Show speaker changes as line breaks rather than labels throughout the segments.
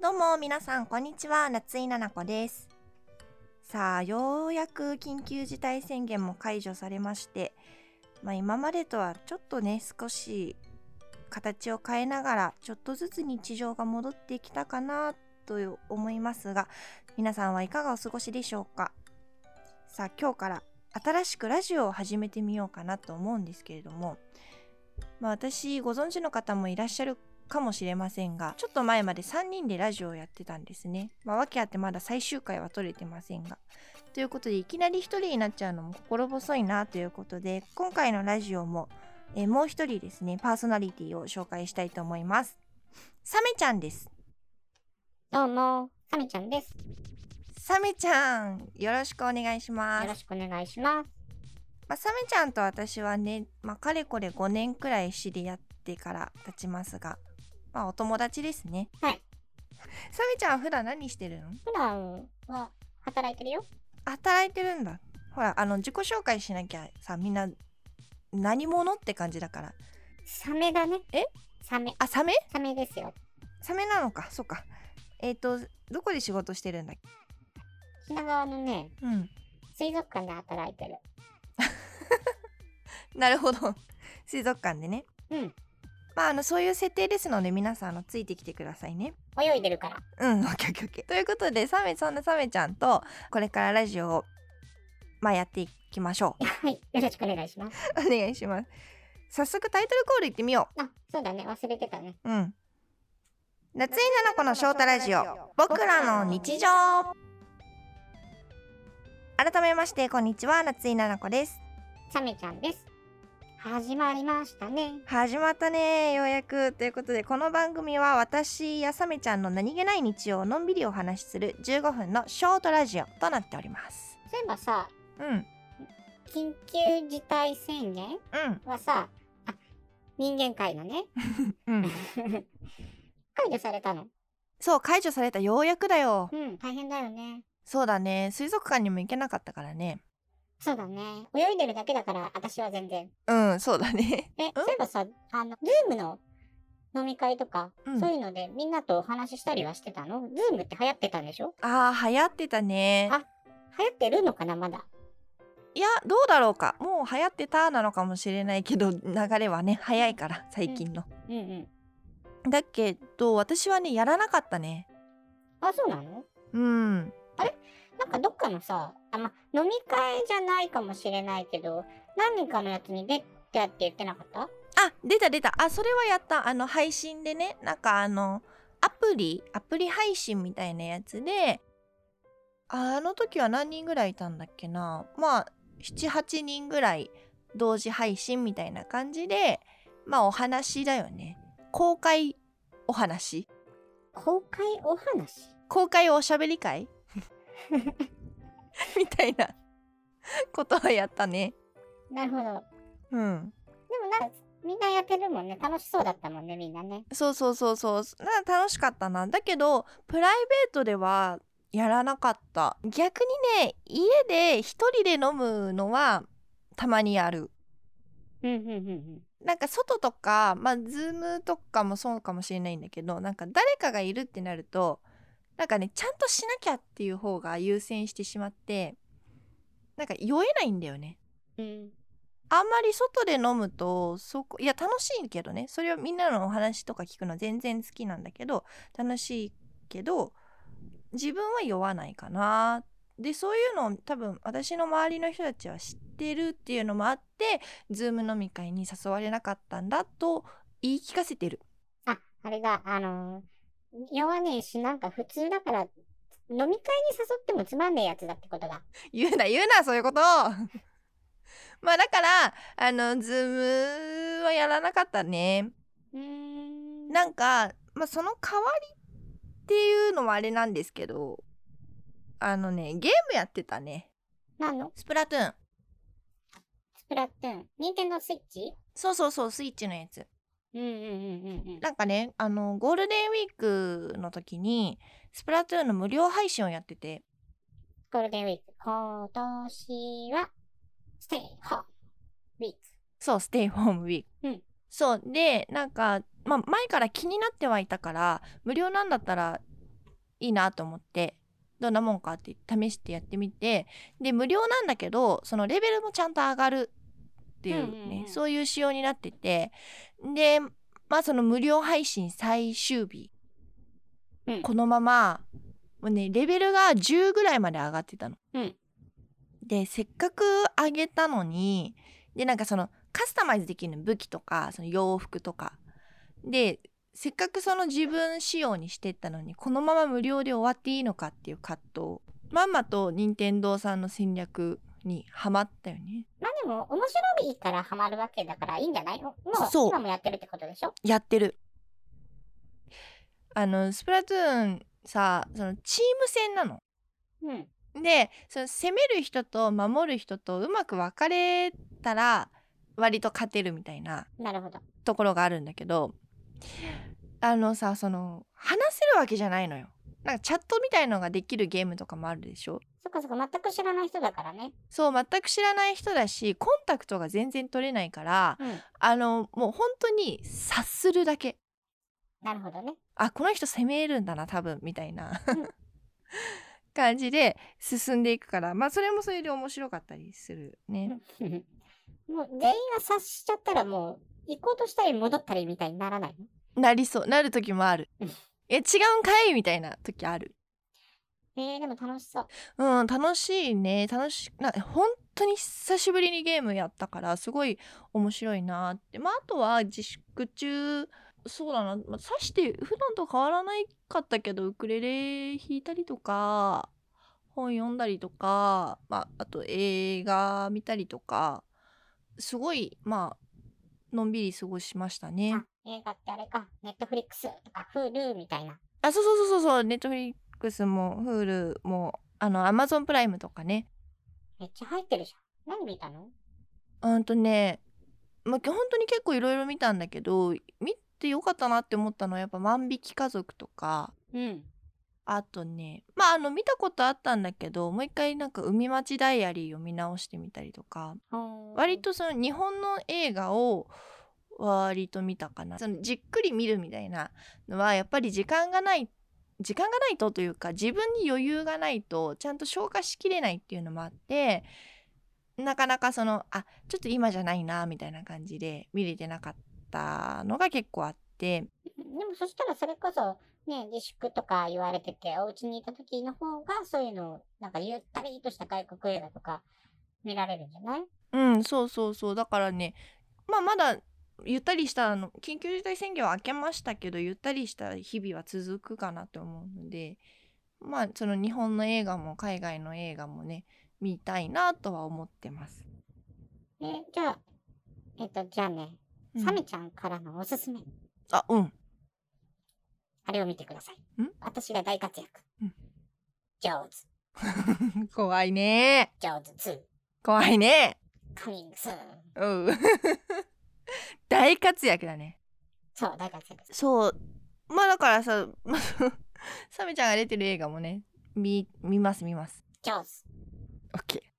どうも皆さんこんにちは夏井菜々子ですさあようやく緊急事態宣言も解除されましてまあ今までとはちょっとね少し形を変えながらちょっとずつ日常が戻ってきたかなと思いますが皆さんはいかがお過ごしでしょうかさあ今日から新しくラジオを始めてみようかなと思うんですけれどもまあ私ご存知の方もいらっしゃるかもしれませんがちょっと前まで3人でラジオをやってたんですね。まあ、訳あってまだ最終回は撮れてませんが。ということでいきなり1人になっちゃうのも心細いなということで今回のラジオも、えーもう1人ですねパーソナリティを紹介したいと思います。サメちゃんです。
どうも、サメちゃんです。
サメちゃんよろしくお願いしま
よ
す
ろ。しくお願いします。
まあ、サメちゃんと私はね、まあ、かれこれ5年くらい知り合ってから経ちますが、まあ、お友達ですね。
はい。
サメちゃんは普段何してるの
普段は働いてるよ。
働いてるんだ。ほら、あの、自己紹介しなきゃさ、みんな、何者って感じだから。
サメだね。
え
サメ。
あ、サメ
サメですよ。
サメなのか、そうか。えっ、と、どこで仕事してるんだっけ
品川のね、
うん。
水族館で働いてる。
なるほど。 水族館でね。
うん。
まあ、あの、そういう設定ですので、皆さん、あの、ついてきてくださいね。
泳いでるから。
うん、オッケーオッケーオッケー。ということで、サメ、そんなサメちゃんと、これからラジオを、まあ、やっていきましょう。
はい。よろしくお願いします。
お願いします。早速、タイトルコールいってみよ
あ、そうだね。忘れてたね。
う。うん。夏井菜々子のショータラジオ、僕らの日常。改めまして、こんにちは、夏井菜々子です。
サメちゃんです。始まりましたね。
始まったねようやくということでこの番組は私やさめちゃんの何気ない日常をのんびりお話しする15分のショートラジオとなっております
そういえばさ、
うんうん
緊急事態宣言はさ、あ、人間界の ね、
うん
解除されたの。
そう解除されたようやくだよ
うん、大変だよね。
そうだね水族館にも行けなかったからね
そうだね。泳いでるだけだから、私は全然。
うんそうだね
え、そういえばさ、あの、ズームの飲み会とか、
うん
そういうのでみんなとお話ししたりはしてたのズームって流行ってたんでしょ
あー流行ってたね
あ流行ってるのかなまだ。
いやどうだろうかもう流行ってたなのかもしれないけど流 れはね早いから最近の、
うんうん。
だけど私はねやらなかったね
あ、そうなの
うん
なんかどっかのさ、あ、ま、飲み会じゃないかもしれないけど、何人かのやつに出てって言ってなかった
あ出た出たあそれはやったあの配信でねなんかあのアプリアプリ配信みたいなやつでああの時は何人ぐらいいたんだっけなまあ78人ぐらい同時配信みたいな感じでまあお話だよね公開お話
公開お話
公開おしゃべり会 みたいなことはやったね
なるほど。でも
うん
なんか、みんなやってるもんね。楽しそうだったもんね、みんなね。
そうそうそうそうな楽しかったなだけどプライベートではやらなかった逆にね家で一人で飲むのはたまにやる
うんうんうんうん。
なんか外とかまあズームとかもそうかもしれないんだけどなんか誰かがいるってなるとなんかねちゃんとしなきゃっていう方が優先してしまってなんか酔えないんだよね
うん。
あんまり外で飲むとそこいや楽しいけどねそれをみんなのお話とか聞くの全然好きなんだけど楽しいけど自分は酔わないかなでそういうのを多分私の周りの人たちは知ってるっていうのもあってズーム飲み会に誘われなかったんだと言い聞かせてる
あ、あれだ、あのー、酔わねえし、なんか普通だから、飲み会に誘ってもつまんねえやつだってことだ。
言うな言うなそういうこと まあだからあのズームはやらなかったね
うーん
なんか、まあ、その代わりっていうのはあれなんですけどあのねゲームやってたね
なんの
スプラトゥーン
スプラトゥーン。ニンテンドースイッチ
そうそうそうスイッチのやつ
うんうんうんうんうん。
なんかねあのゴールデンウィークの時にスプラトゥーンの無料配信をやってて
ゴールデンウィーク。今年は、ステイホームウィーク。
そうステイホームウィーク、
うん
そうでなんか、まあ、前から気になってはいたから無料なんだったらいいなと思ってどんなもんかって試してやってみてで無料なんだけどそのレベルもちゃんと上がるっていうね、
うんうんうん
そういう仕様になっててでまあその無料配信最終日、
うん
このままもうねレベルが10ぐらいまで上がってたの。
うん
でせっかく上げたのにでなんかそのカスタマイズできるの武器とかその洋服とかでせっかくその自分仕様にしてったのにこのまま無料で終わっていいのかっていう葛藤まんまと任天堂さんの戦略にはまったよね
まあでも、面白いからハマるわけだからいいんじゃないもう、
そう
今もやってるってことでしょ
やってるあのスプラトゥーンさそのチーム戦なの
うん。
でその攻める人と守る人とうまく分かれたら割と勝てるみたいな
なるほど。
ところがあるんだけどあのさその話せるわけじゃないのよなんかチャットみたいのができるゲームとかもあるでしょ
そっかそっか、全く知らない人だからね。
そう全く知らない人だしコンタクトが全然取れないから
うん。
あのもう本当に察するだけ
なるほどね。
あこの人攻めるんだな多分みたいな、
うん
感じで進んでいくからまあそれもそれで面白かったりするね、
もう、全員が察しちゃったらもう、行こうとしたり戻ったりみたいにならないの
なりそうなる時もある
うん
え違うんかいみたいな時ある
えー、でも楽しそう。
うん楽しいね楽しな本当に久しぶりにゲームやったからすごい面白いなってまああとは自粛中そうだな、まあ、さして普段と変わらないかったけどウクレレ弾いたりとか本読んだりとか、まあ、あと映画見たりとかすごいまあのんびり過ごしましたね
あ。、映画ってあれか、ネットフリックスとか、フールみたいな。
あそうそうそうそうそうネットフリックスも Hulu もあの Amazon プライムとかね
めっちゃ入ってるじゃん。何見たの
うんとね、まあ、本当に結構いろいろ見たんだけど見てよかったなって思ったのはやっぱ「万引き家族」とか
うん。
あとねまああの見たことあったんだけどもう一回なんか「海町ダイアリー」を見直してみたりとか割、とその日本の映画を割と見たかなそのじっくり見るみたいなのはやっぱり時間がない時間がないとというか自分に余裕がないとちゃんと消化しきれないっていうのもあってなかなかそのあちょっと今じゃないなみたいな感じで見れてなかったのが結構あって
でもそしたらそれこそ、ね、自粛とか言われてて、お家にいた時の方が、そういうのを、なんかゆったりとした外国映画とか、見られるんじゃない
うんそうそうそうだからねまあまだゆったりしたあの緊急事態宣言は明けましたけどゆったりした日々は続くかなと思うのでまあその日本の映画も海外の映画もね見たいなとは思ってます。
えじゃあ、えっと、じゃあね、
うん
サミちゃんからのおすすめ、
あうん
あれを見てください。
ん
私が大活躍。
うん
上手、
怖いね
上手2、
怖いね
カミングスーン。
うん 大活躍だね。
そう、大活躍。
そうまあだからさ サメちゃんが出てる映画もね見見ます見ます
上手。
オッケ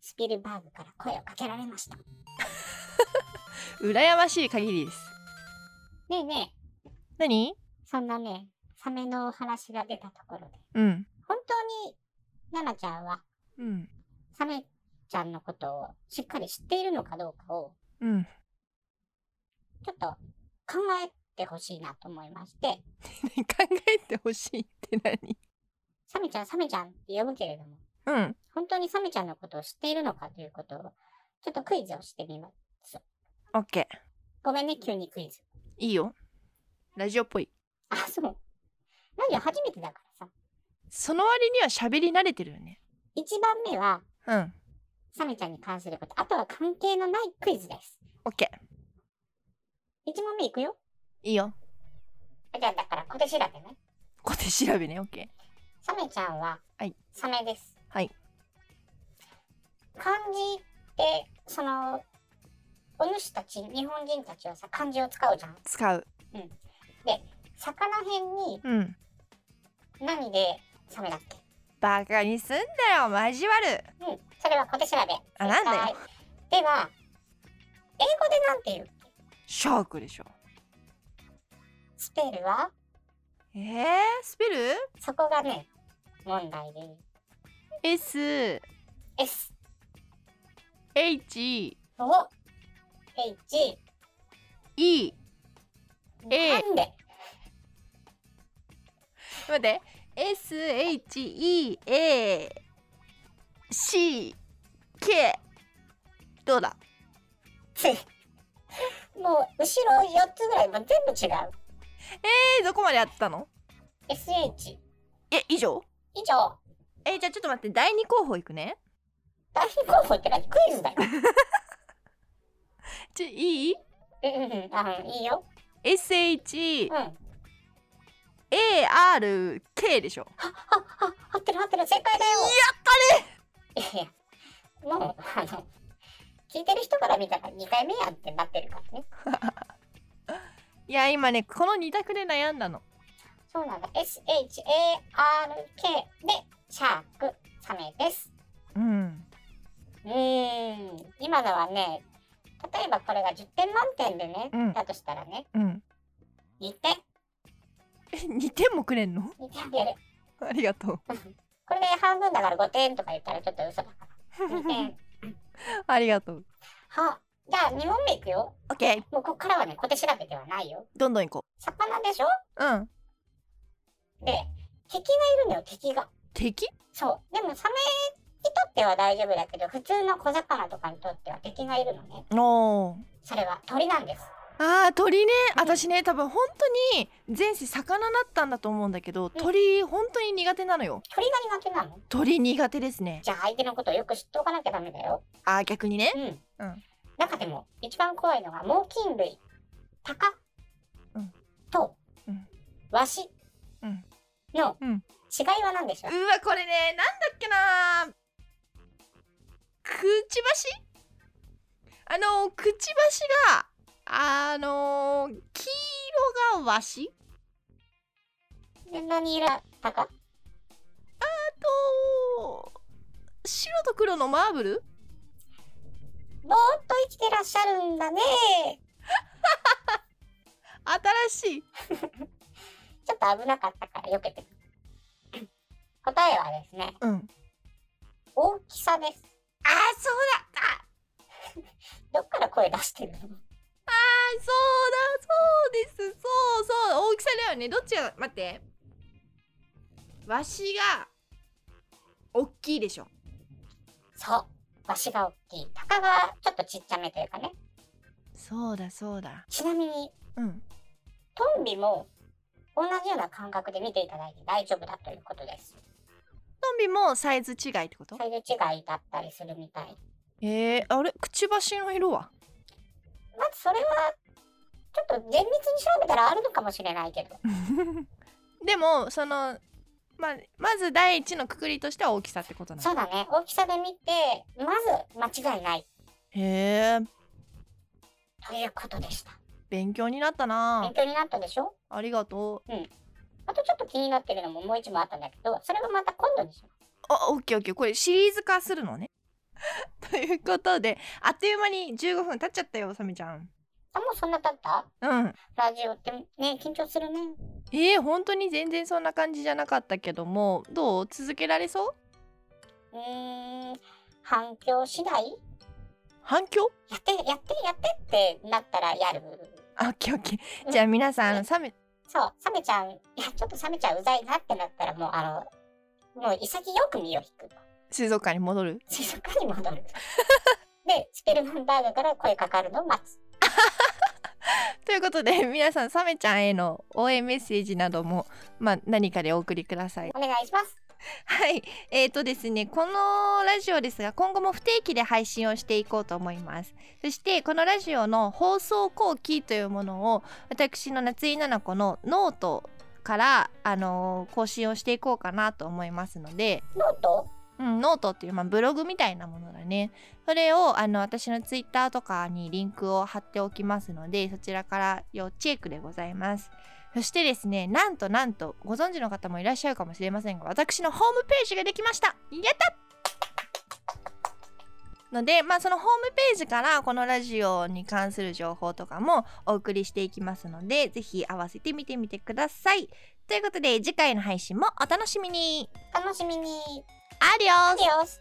スピルバーグから声をかけられました。ね
ー羨ましい限りです
えねえ、
何
そんなね、サメのお話が出たところで、
うん
本当に、ナナちゃんは、
うん
サメちゃんのことをしっかり知っているのかどうかを、
うん
ちょっと考えてほしいなと思いまして、
考えてほしいって何
サメちゃん、サメちゃんって呼ぶけれども、
うん
本当にサメちゃんのことを知っているのかということを、ちょっとクイズをしてみます。
オッケー
ごめんね、急にクイズ。
いいよラジオっぽい
あ、そう。ラジオ初めてだからさ。
その割には喋り慣れてるよね
1番目は、
うん
サメちゃんに関すること。あとは関係のないクイズです。
オッケー
1問目いくよ。
いいよ
あじゃあ、だからこれ調べね。
こうやって調べねオッケ
サメちゃんは、
はい
サメです。
はい。
漢字って、その、お主たち、日本人たちはさ、漢字を使うじゃん
ー。使う
魚辺に
うん
何でサメだっけ
バカにすんだよ交わる
うん、それは小手調べ。
あなんだよ
はいでは、英語でなんていう
シャークでしょ
スペルは
ええー、スペル
そこがね、問題で。
?S、
S、
H、
O、H、
E。
な
A
んで
待って。S、H、E、A、C、K。どうだ
もう後ろ4つぐらい、まあ、全部違う。
えー、どこまでやったの
SH。
え、以上
以上。
えー、じゃあちょっと待って。第二候補いくね。
大変候補って何クイズだよ。
ちょ、いい
うんうんうん、あいいよ。
?S、H
うん。、あ、
A、R、K でしょ。
あ、合ってる合ってる、正解だよ。やったねいやいや、もう、あの、聞いてる人から見たら2回目やんってなってるからね。
いや、今ね、この二択で悩んだの。
そうなんだ。SHARK で、シャーク、サメです。
うん。
うーん、今のはね、例えばこれが10点満点でね、
うん
だとしたらね、
うん。
2点、
え、2点もくれんの
2点でやる。
ありがとう。
これで半分だから5点とか言ったらちょっと嘘だから。2点。
ありがとう。
は、じゃあ2問目いくよ。
オッケー。
もうこっからはね、小手調べではないよ。
どんどん行こ
魚でしょ
う。うん。
で、敵がいるんだよ、敵が。
敵
そう。でもサメにとっては大丈夫だけど、普通の小魚とかにとっては敵がいるのね。
おー。
それは鳥なんです。
あー鳥ね私ね多分本当に前世魚だったんだと思うんだけど鳥本当に苦手なのよ
鳥が苦手なの
鳥苦手ですね
じゃあ相手のことをよく知っておかなきゃダメだよ。
あー逆にね
うん。
うん
中でも一番怖いのが猛禽類、タカ、
うん
と、
うん
ワシ
うん
の
うん
違いは何でし
う
ょう、
わこれねなんだっけなーくちばしあのーくちばしがあのー黄色がわし
で何色タカ
と白と黒のマーブル
ぼーっと生きてらっしゃるんだね。
新しい
ちょっと危なかったから避けて みる答えはですね、
うんあーそう
大きさです。
だあ
どっから声出してるの
あそうだそうですそうそう大きさだよねどっちが待ってわしが大きいでしょ
そう。わしが大きい。タカがちょっとちっちゃめというかね。
そうだそうだ
ちなみに、
うん
トンビも同じような感覚で見ていただいて大丈夫だということです。
トンビもサイズ違いってこと
サイズ違いだったりするみたい。
えー、あれくちばしの色 は
まずそれは、ちょっと厳密に調べたらあるのかもしれないけど。
でもそのままず第一のくくりとしては大きさってことな
そ
の
うだね。大きさで見て、まず間違いない
へえ
ということでした。
勉強になったな
勉強になったでしょ
ありがとう
あとちょっと気になってるのももう一問あったんだけど、それはまた今度にします。
あオッケーオッケーこれシリーズ化するのね ということであっという間に15分経っちゃったよサメちゃん
あ、もうそんな経った
うん
ラジオってね、緊張するね。
えー、本当に全然そんな感じじゃなかったけどもどう続けられそう
うーん、反響次第
反響
やって、やって、やってってなったらやる。
あオッケーオッケーじゃあ皆さんあのサメ
そう、 サメちゃん、いや、ちょっとサメちゃんうざいなってなったらもうあの、もう潔く身を引く。
水族館に戻る
水族館に戻る。で、スペルマンバーグから声かかるのを待つ。
ということで皆さんサメちゃんへの応援メッセージなども、まあ、何かでお送りください
お願いします。
はい、えーとですね、このラジオですが、今後も不定期で配信をしていこうと思います。そして、このラジオの放送後期というものを、私の夏井菜々子のノートから、あのー更新をしていこうかなと思いますので、
ノート
うん、ノートっていう、まあ、ブログみたいなものだね。それを、あの、私のツイッターとかにリンクを貼っておきますので、そちらから要チェックでございます。そしてですね、なんとなんと、ご存知の方もいらっしゃるかもしれませんが、私のホームページができましたやったので、まあ、そのホームページから、このラジオに関する情報とかもお送りしていきますので、ぜひ合わせて見てみてください。
ということで次回の配信もお楽しみに
楽しみに。
アディオス
アディオス